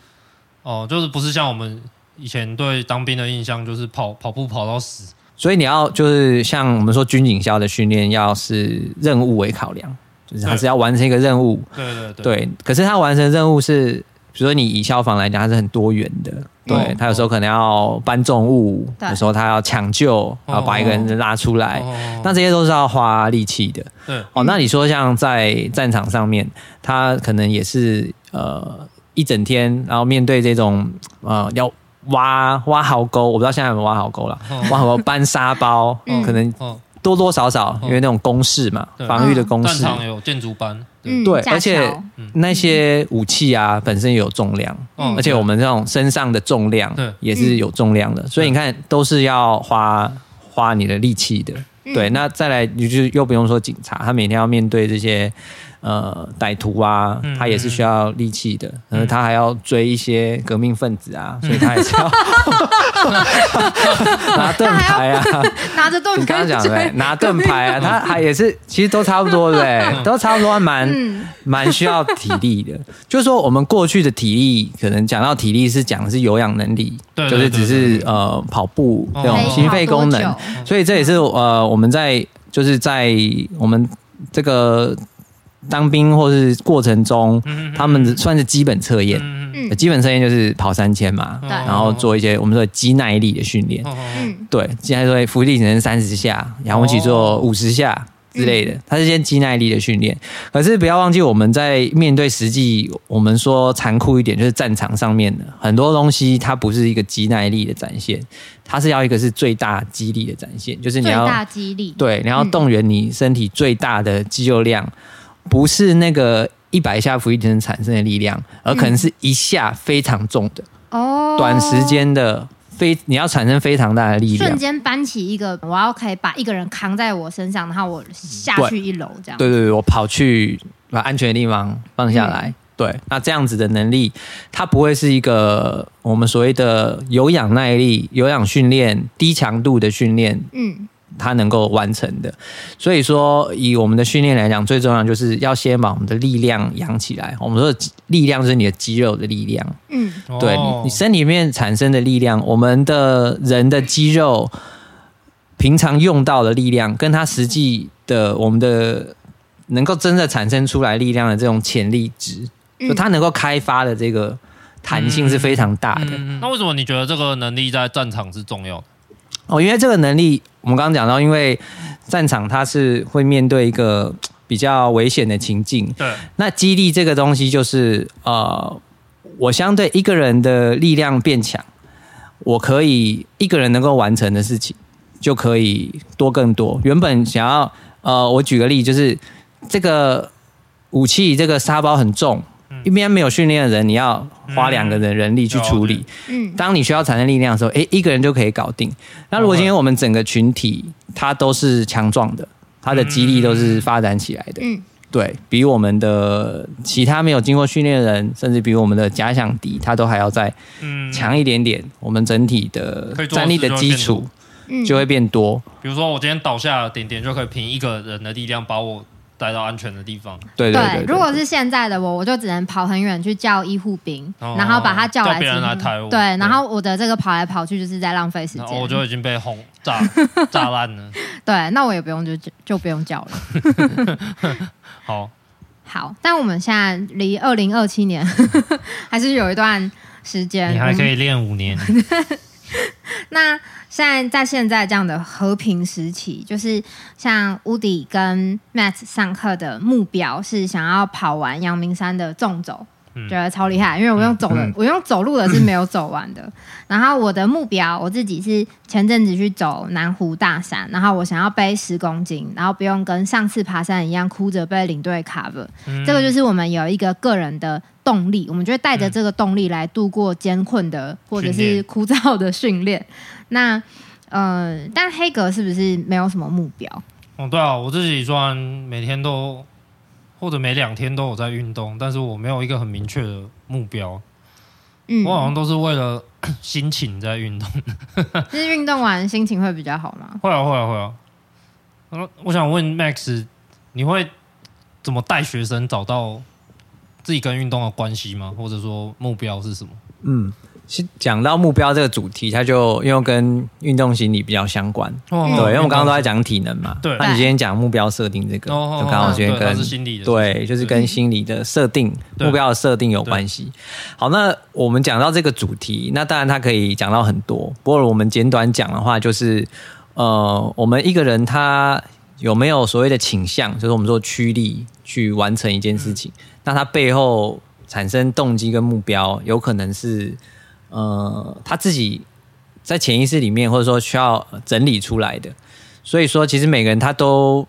A: 哦、就是不是像我们以前对当兵的印象，就是跑跑步跑到死，
E: 所以你要就是像我们说军警校的训练，要是任务为考量，就是它
A: 对
E: 是要完成一个任务，
A: 对对对，
E: 对。可是它完成任务是，比如说你以消防来讲，它是很多元的，对
A: 哦。
E: 它有时候可能要搬重物，
D: 对
E: 有时候它要抢救，然后把一个人拉出来，
A: 哦，
E: 那这些都是要花力气的。
A: 对
E: 哦，那你说像在战场上面，他可能也是呃一整天，然后面对这种呃要挖挖壕沟，我不知道现在有没有挖壕沟了，
A: 哦
E: 挖壕沟搬沙包，
D: 嗯
E: 可能
A: 哦，
E: 多多少少因为那种攻势嘛，
A: 对哦
E: 防御的攻
A: 战
E: 势，
A: 场有建筑班，
D: 嗯，
E: 对，
D: 架
E: 而且
D: 桥
E: 那些武器啊本身也有重量，
A: 嗯
E: 而且我们这种身上的重量
A: 对嗯
E: 也是有重量的，所以你看都是要花花你的力气的。对，那再来你就又不用说警察，他每天要面对这些呃歹徒啊
A: 嗯，
E: 他也是需要力气的，然后他还要追一些革命分子啊，
A: 嗯
E: 所以他也 是要 拿盾牌啊，
D: 拿 着盾
E: 你刚
D: 牌
E: 刚讲的
D: 追
E: 对，拿盾牌 啊，他还也是，其实都差不多的 对，都差不多，还蛮蛮需要体力的。 就是说，我们过去的体力，可能讲到体力是讲的是有氧能力，
A: 对
E: 就是
A: 对
E: 只是呃跑步
A: 哦
E: 这种
A: 可以
E: 心肺功
D: 跑
E: 能
D: 多，
E: 所以这也是呃我们在就是在我们这个当兵或是过程中，他们算是基本测验。
A: 嗯，
D: 嗯
E: 基本测验就是跑三千嘛，
A: 对
E: 然后做一些我们说的肌耐力的训练，
A: 哦哦
D: 嗯
E: 对，现在说浮力只能三十下，仰卧起
D: 哦
E: 做五十下之类
D: 嗯
E: 的，它是些肌耐力的训练。可是不要忘记，我们在面对实际，我们说残酷一点，就是战场上面的很多东西，它不是一个肌耐力的展现，它是要一个是最大肌力的展现，就是你
D: 最
E: 要
D: 大嗯肌力，
E: 对，你要动员你身体最大的肌肉量，不是那个一百下浮力能产生的力量，而可能是一下非常重的、
D: 哦，
E: 短时间的。非你要产生非常大的力量
D: 瞬，间搬起一个，我要可以把一个人扛在我身上，然后我下去一楼这样。
E: 对对对，我跑去把安全的地方放下来。对，那这样子的能力，它不会是一个我们所谓的有氧耐力、有氧训练、低强度的训练，
D: 嗯，
E: 它能够完成的。所以说，以我们的训练来讲，最重要就是要先把我们的力量养起来。我们说的肌力量就是你的肌肉的力量，
D: 嗯
A: 哦
E: 对你，你身体里面产生的力量，我们的人的肌肉平常用到的力量，跟它实际的我们的能够真的产生出来力量的这种潜力值，
D: 嗯
E: 就它能够开发的这个弹性是非常大的。
A: 嗯那为什么你觉得这个能力在战场是重要的？
E: 哦，因为这个能力，我们刚刚讲到，因为战场它是会面对一个比较危险的情境。
A: 对，
E: 那激励这个东西就是呃，我相对一个人的力量变强，我可以一个人能够完成的事情就可以多更多。原本想要呃，我举个例，就是这个武器这个沙包很重。一边没有训练的人，你要花两个人人力去处理。
B: 嗯，
E: 当你需要产生力量的时候，诶，一个人就可以搞定。那如果今天我们整个群体，他都是强壮的，他的肌力都是发展起来的，
B: 嗯
E: 对比我们的其他没有经过训练的人，甚至比我们的假想敌，他都还要再
A: 嗯，
E: 强一点点。我们整体的
A: 可以做的
E: 战力的基
A: 事
E: 础
B: 嗯
E: 就会变多，
A: 比如说我今天倒下了，点点就可以凭一个人的力量把我带到安全的地方。
E: 对对对。对
D: 如果是现在的我，我就只能跑很远去叫医护兵，
A: 哦
D: 然后把他叫
A: 叫
D: 来
A: 别人
D: 集合
A: 来抬我
D: 对，
A: 对
D: 然后我的这个跑来跑去就是在浪费时
A: 然
D: 间。
A: 后我就已经被轰炸炸烂了。
D: 对，那我也不用就就不用叫了。
A: 好，
D: 好，但我们现在离二零二七年 还是有一段时间。
A: 你还可
D: 我们
A: 以练五年。
D: 那现在在现在这样的和平时期，就是像乌迪跟 Matt 上课的目标是想要跑完阳明山的纵走，
A: 嗯
D: 觉得超厉害，因为我用走的，我用走路的是没有走完的。然后我的目标，我自己是前阵子去走南湖大山，然后我想要背十公斤，然后不用跟上次爬山一样哭着被领队 cover。
A: 嗯
D: 这个就是我们有一个个人的动力，我们就会带着这个动力来度过艰困的或者
A: 训
D: 是
A: 练
D: 枯燥的训练。那呃，但黑格是不是没有什么目标？
A: 哦，对啊，我自己虽然每天都或者每两天都有在运动，但是我没有一个很明确的目标。
D: 嗯
A: 我，好像都是为了 心情在运动。
D: 就是运动完心情会比较好吗？
A: 会啊，会啊，会啊。嗯，我想问 Max，你会怎么带学生找到自己跟运动的关系吗？或者说目标是什么？
E: 嗯，其实讲到目标这个主题，它就因为跟运动心理比较相关，
A: 哦
E: 对，因为我们刚刚都在讲体能嘛，
A: 对
E: 那你今天讲目标设定这个，
A: 哦，
E: 就刚好今天
A: 对它
E: 跟
A: 是心理的，嗯
E: 对，就是跟心理的设定、
A: 对
E: 目标的设定有关系。好，那我们讲到这个主题，那当然它可以讲到很多，不过我们简短讲的话，就是呃，我们一个人他有没有所谓的倾向，就是我们说驱力去完成一件事情，
A: 嗯
E: 那他背后产生动机跟目标，有可能是呃他自己在潜意识里面，或者说需要整理出来的。所以说，其实每个人他都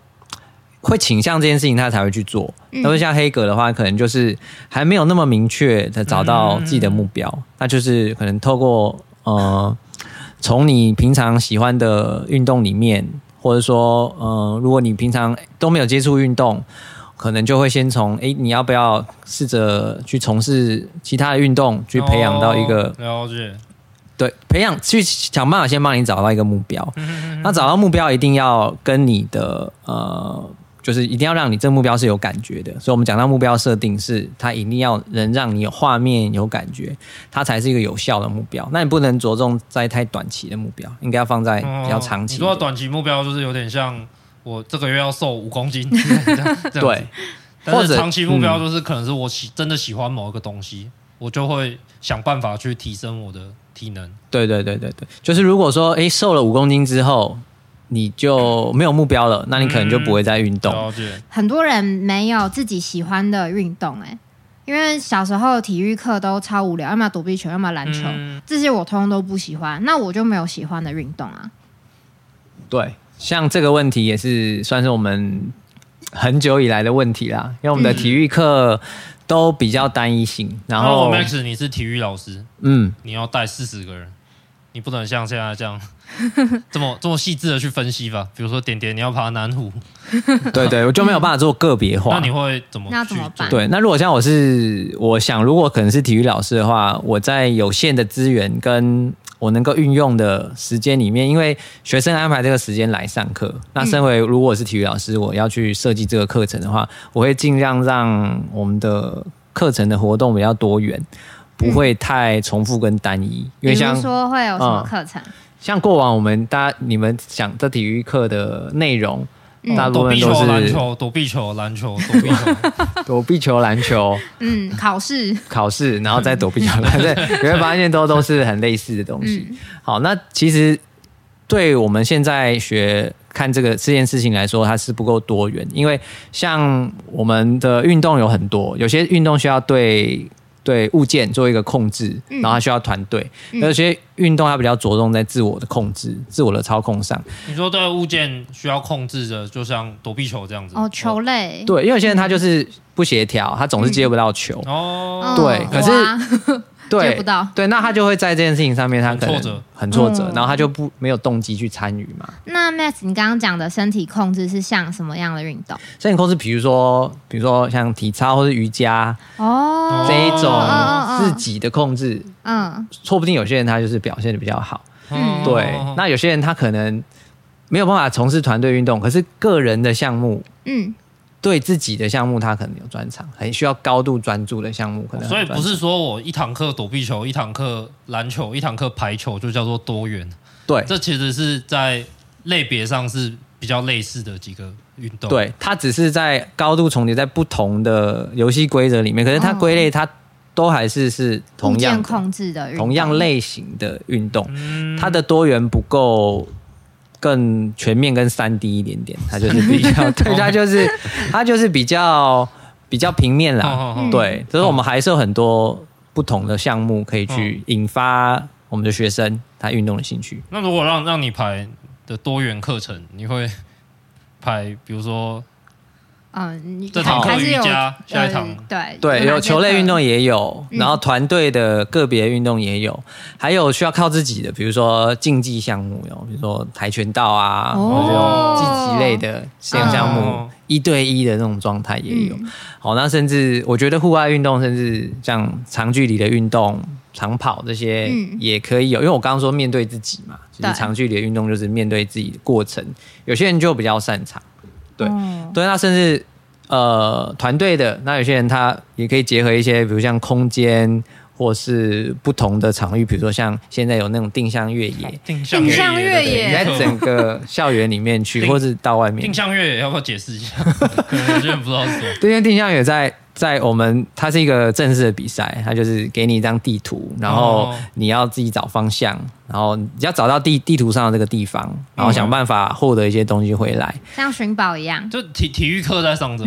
E: 会倾向这件事情，他才会去做。那么像黑格的话，可能就是还没有那么明确的找到自己的目标，那就是可能透过呃，从你平常喜欢的运动里面，或者说呃，如果你平常都没有接触运动。可能就会先从诶，你要不要试着去从事其他的运动，去培养到一个
A: 哦了解，
E: 对，培养去想办法先帮你找到一个目标。
A: 嗯
E: 那找到目标一定要跟你的呃，就是一定要让你这个目标是有感觉的。所以我们讲到目标设定是，它一定要能让你有画面、有感觉，它才是一个有效的目标。那你不能着重在太短期的目标，应该要放在哎比较长
A: 哦
E: 期
A: 你
E: 的。
A: 说短期目标就是有点像我这个月要瘦五公斤，这样这样子
E: 对。
A: 但
E: 或
A: 是
E: 者嗯
A: 长期目标就是可能是我喜真的喜欢某一个东西，我就会想办法去提升我的体能。
E: 对对对对对，就是如果说诶瘦了五公斤之后，你就没有目标了，那你可能就不会再运动。
A: 了解，
D: 很多人没有自己喜欢的运动、欸，因为小时候体育课都超无聊，要么躲避球，要么篮球，
A: 嗯
D: 这些我通通都不喜欢，那我就没有喜欢的运动啊。
E: 对，像这个问题也是算是我们很久以来的问题啦，因为我们的体育课都比较单一性，然
A: 那
E: 后
A: 我哦 Max，你是体育老师，
E: 嗯，
A: 你要带四十个人，你不能像现在这样这么这么细致的去分析吧。比如说点点，你要爬南湖，
E: 对对，我就没有办法做个别
A: 那
E: 化
A: 你。会怎么
D: 那
A: 去
D: 怎么
A: 做
D: 办？
E: 对，那如果像我是，我想如果可能是体育老师的话，我在有限的资源跟我能够运用的时间里面，因为学生安排这个时间来上课，
D: 嗯
E: 那身为如果我是体育老师，我要去设计这个课程的话，我会尽量让我们的课程的活动比较多元，不会太重复跟单一，因
D: 嗯比
E: 为
D: 如
E: 像
D: 说会有什么
E: 嗯
D: 课程？
E: 像过往我们大家你们想的体育课的内容，
D: 嗯
E: 大部
A: 躲
E: 分
A: 避
E: 都
A: 球、篮
E: 是
A: 球、躲避球、篮球、躲避球，
E: 躲避球、篮球。
D: 嗯，考试。
E: 考试，然后再躲避小 反正你会发现都都是很类似的东西。好，那其实对我们现在学看这个这件事情来说，它是不够多元，因为像我们的运动有很多，有些运动需要对。对物件做一个控制，然后它需要团队。有些运动它比较着重在自我的控制、自我的操控上。
A: 你说对物件需要控制的，就像躲避球这样子。
B: 哦，球类，
E: 对，因为有些人他就是不协调，他总是接不到球。
A: 哦，
B: 嗯
E: 对可是
D: 哇
E: 对，
D: 接不到
E: 对，那他就会在这件事情上面，他可能
A: 很挫折
E: 很挫折
D: 嗯
E: 然后他就不没有动机去参与嘛。
D: 那 Max，你刚刚讲的身体控制是像什么样的运动？
E: 身体控制，比如说，比如说像体操或是瑜伽、
D: 哦
E: 这一种
D: 哦哦
E: 自己的控制，
D: 嗯
E: 说不定有些人他就是表现的比较好。
A: 嗯
E: 对，那有些人他可能没有办法从事团队运动，可是个人的项目。
D: 嗯，
E: 对自己的项目，他可能有专长，很需要高度专注的项目，可能
A: 所以
E: 很专
A: 不是说我一堂课躲避球，一堂课篮球，一堂课排球就叫做多元。
E: 对
A: 这其实是在类别上是比较类似的几个运动。，
E: 对，它只是在高度重叠在不同的游戏规则里面，可是它归类它都还是
D: 哦
E: 是
D: 物
E: 同样
D: 件
E: 的
D: 控制的运动
E: 同样类型的运动，
A: 嗯，
E: 它的多元不够。更全面跟三 D 一点点，它就是比较，对，它就是它就是比较比较平面啦，
A: 哦哦哦
E: 对，所以我们还是有很多不同的项目可以去引发我们的学生他运动的兴趣。
A: 那如果让让你排的多元课程，你会排比如说
D: 嗯，
A: 这
D: 还
A: 堂课
D: 还是
A: 瑜
D: 有
A: 伽，下一堂
D: 呃对
E: 对，有球类运动，也有，
D: 嗯
E: 然后团队的个别运动也有，还有需要靠自己的，比如说竞技项目有，比如说跆拳道啊，
D: 哦
E: 或者这种竞技类的这种项目，
A: 哦
E: 一对一的那种状态也有。
D: 嗯
E: 好，那甚至我觉得户外运动，甚至像长距离的运动、长跑这些
D: 嗯
E: 也可以有，因为我刚刚说面对自己嘛，其实
D: 对
E: 长距离的运动就是面对自己的过程，有些人就比较擅长。对
D: 哦
E: 对，那甚至呃团队的，那有些人他也可以结合一些，比如像空间或是不同的场域，比如说像现在有那种定向越野，
A: 定向
D: 定向
A: 越
D: 越
E: 你
D: 野
E: 在整个校园里面去，
A: 定
E: 或是到外面
A: 定。向越野要不要解释一下？可能有些人不知道是 什么。
E: 对，因为定向越野在在我们，它是一个正式的比赛，它就是给你一张地图，然后
A: 哦
E: 你要自己找方向，然后你要找到地地图上的这个地方，
A: 嗯
E: 然后想办法获得一些东西回来。
D: 像寻宝一样，
A: 就体体育课在上着，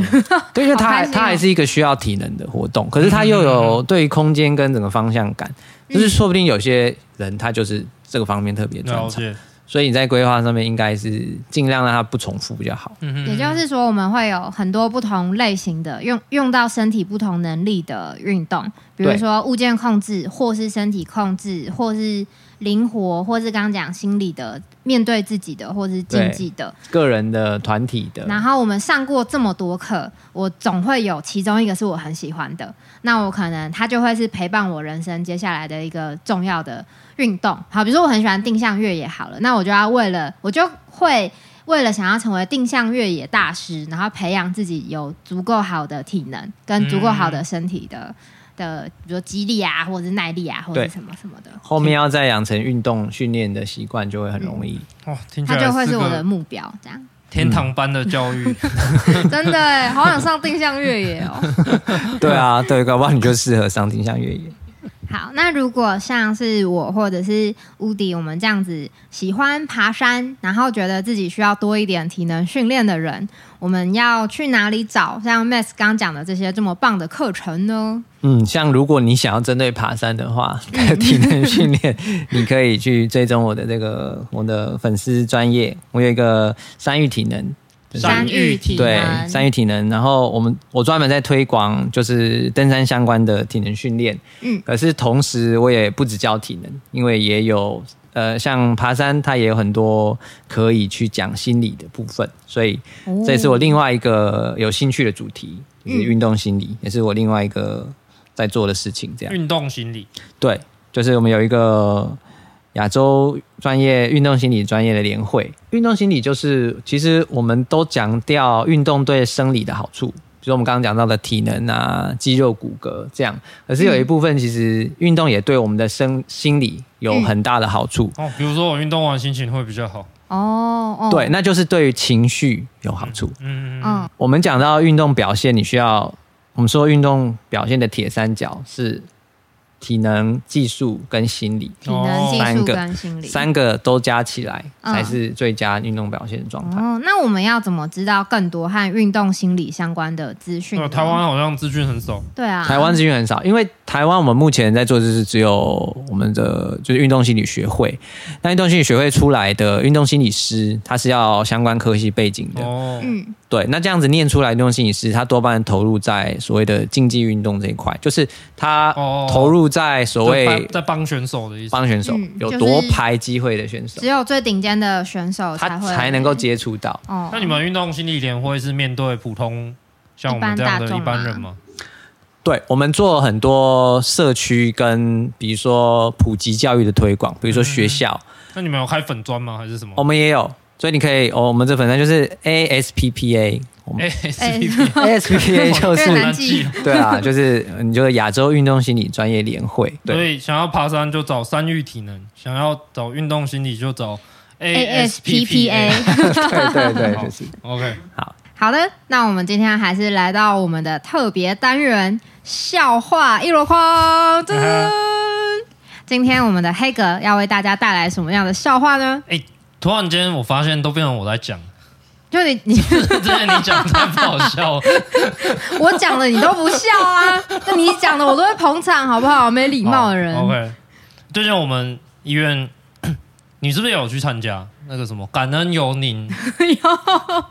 E: 对，因为它
D: 好开
E: 还
D: 心哦嗯
E: 它还是一个需要体能的活动，可是它又有对于空间跟整个方向感，就是说不定有些人他就是这个方面特别专
A: 了
E: 长，
A: 解。
E: 所以你在规划上面应该是尽量让它不重复比较好。
A: 嗯哼
D: 也就是说我们会有很多不同类型的用用到身体不同能力的运动，比如
E: 对
D: 说物件控制，或是身体控制，或是灵活，或是刚刚讲心理的面对自己的，或是竞
E: 对
D: 技的。
E: 个人的、团体的，
D: 然后我们上过这么多课，我总会有其中一个是我很喜欢的，那我可能它就会是陪伴我人生接下来的一个重要的运动。好，比如说我很喜欢定向越野，好了，那我就要为了我就会为了想要成为定向越野大师，然后培养自己有足够好的体能跟足够好的身体的。的，比如说肌力啊，或者是耐力啊，或者
E: 对
D: 是什么什么的，
E: 后面要再养成运动训练的习惯，就会很容易。
A: 哇，哦听起
D: 它
A: 来
D: 就会
A: 啊
D: 是
A: 是
D: 我的
A: 个
D: 目标。这样
A: 天堂般的教育。
D: 真的耶，好想上定向越野哦。
E: 对啊，对，搞不好你就适合上定向越野。
D: 好，那如果像是我或者是乌迪，我们这样子喜欢爬山，然后觉得自己需要多一点体能训练的人，我们要去哪里找像 Max 刚讲的这些这么棒的课程呢？
E: 嗯，像如果你想要针对爬山的 话，体能训练，你可以去追踪我的这个我的粉丝专业，我有一个山域体能，
A: 山域体
E: 对山域体能，然后我们我专门在推广就是登山相关的体能训练，
D: 嗯
E: 可是同时我也不只教体能，因为也有呃像爬山，它也有很多可以去讲心理的部分，所以这也是我另外一个有兴趣的主题，就是运动心理，也是我另外一个在做的事情，这样
A: 运动心理，
E: 对，就是我们有一个亚洲专业运动心理专业的联会。运动心理就是，其实我们都强调运动对生理的好处，比如我们刚刚讲到的体能啊、肌肉、骨骼这样。可是有一部分其实运动也对我们的生心理有很大的好处。
A: 哦，比如说我运动完心情会比较好。
D: 哦哦，
E: 对，，那就是对于情绪有好处。
A: 嗯，
D: 嗯
E: 我们讲到运动表现，你需要我们说运动表现的铁三角是体能、技术跟心理
D: 体
A: 哦
D: 能、技
E: 三
D: 术
E: 个
D: 跟心理。
E: 三个都加起来
D: 嗯
E: 才是最佳运动表现状态。
D: 哦，那我们要怎么知道更多和运动心理相关的资讯呢？
A: 呃台湾好像资讯很少，
D: 对啊，
E: 哦台湾资源很少，因为台湾我们目前在做的就是只有我们的就是运动心理学会，那运动心理学会出来的运动心理师，他是要相关科系背景的，
A: 哦，
D: 嗯
E: 对，那这样子念出来运动心理师，他多半投入在所谓的竞技运动这一块，就是他
A: 哦
E: 投入在所
A: 就
E: 谓
A: 帮在帮选手的意思。
E: 帮选手
D: 嗯
E: 有
D: 就是
E: 夺牌机会的选手
D: 只，有最顶尖的选手
E: 他
D: 才会
E: 才能够接触到。
D: 哦
A: 那你们运动心理联会是面对普通像我们这样的
D: 一
A: 一
D: 般大众
A: 般人啊吗？
E: 对，我们做很多社区跟比如说普及教育的推广，比如说学校，
A: 那你们有开粉砖吗？还是什么
E: 我？们也有，所以你可以，哦，我们这粉专就是 ASPPA，我 们
A: 哎，SPP
E: ASPPA 就
D: 越南
E: 是
D: 记 记
E: 对啊，就是你就是亚洲运动心理专业联会，
A: 所
E: 对
A: 以想要爬山就找山域体能，想要找运动心理就找 ASPPA。
D: ASPPA。
E: 对对对，就是。
A: OK，
D: 好的，那我们今天还是来到我们的特别单元——笑话一箩筐。噔
A: 啊
D: 今天我们的黑格要为大家带来什么样的笑话呢？
A: 哎、突然间我发现都变成我在讲，
D: 就你你
A: 之前你讲太不好笑了，
D: 我讲了你都不笑 啊，那你讲的我都会捧场，好不好？没 礼貌的人。
A: 哦 OK，最近我们医院， 你是不是有去参加那个什么感恩有您？
D: 有。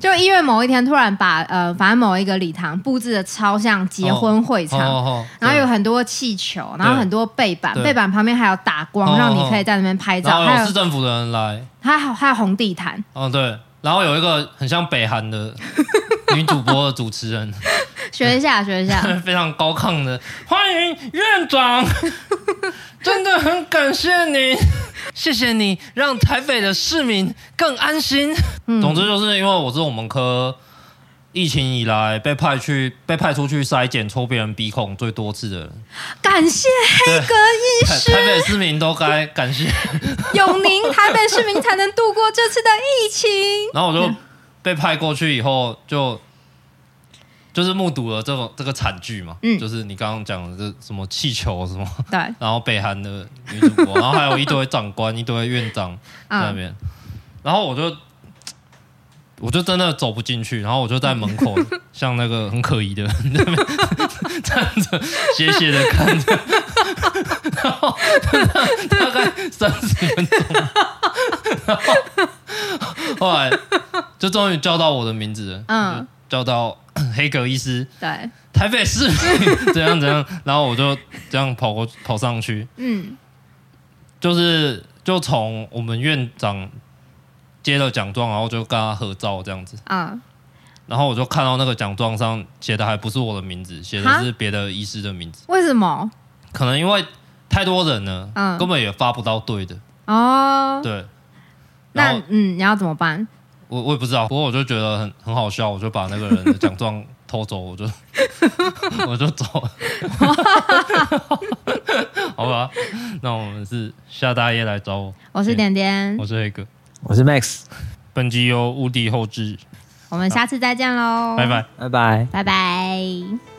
D: 就医院某一天突然把呃，反正某一个礼堂布置的超像结婚会场，
A: 哦
D: 然后有很多气球，然后很多背板，
A: 对
D: 背板旁边还有打光，
A: 哦
D: 让你可以在那边拍
A: 然
D: 照，
A: 后
D: 还
A: 有市
D: 有
A: 政府的人来，
D: 还有还有红地毯，
A: 哦对，然后有一个很像北韩的女主播的主持人，
D: 学一下学一下。
A: 非常高亢的欢迎院长， 真的很感谢你，谢谢你让台北的市民更安心。总之就是因为我是我们科疫情以来被派去被派出去筛检抽别人鼻孔最多次的人，
D: 感谢黑格医
A: 台
D: 师，
A: 台北市民都该感谢。
D: 有您，台北市民才能度过这次的疫情。
A: 然后我就被派过去以后，就就是目睹了这种这个惨剧嘛，
D: 嗯
A: 就是你刚刚讲的这什么气球什么。
D: 对，
A: 然后北韩的女主播，然后还有一堆长官、一堆院长在那
D: 嗯，
A: 边，然后我就我就真的走不进去，然后我就在门口像那个很可疑的人 在那边站着，斜斜的看着，然后大概三十分钟，然后后来就终于叫到我的名字了，
D: 嗯
A: 嗯，叫到 黑格医师，
D: 对，
A: 台北市民 怎样怎样，然后我就这样跑过跑上去，
D: 嗯，
A: 就是就从我们院长接了奖状，然后就跟他合照这样子，
D: 啊，
A: 然后我就看到那个奖状上写的还不是我的名字，写的是别的医师的名字，
D: 为什么？
A: 可能因为太多人了，
D: 嗯
A: 根本也发不到对的，
D: 哦，
A: 对。然
D: 那
A: 后
D: 嗯，你要怎么办？
A: 我我也不知道，不过我就觉得很很好笑，我就把那个人的奖状偷走，我就我就走了， 好吧？那我们是夏大爷来找我，
D: 我是点点，
A: 我是黑哥，
E: 我是 Max，
A: 本集由无敌后置，
D: 我们下次再见喽，
A: 拜拜。
E: 拜拜。
D: 拜拜。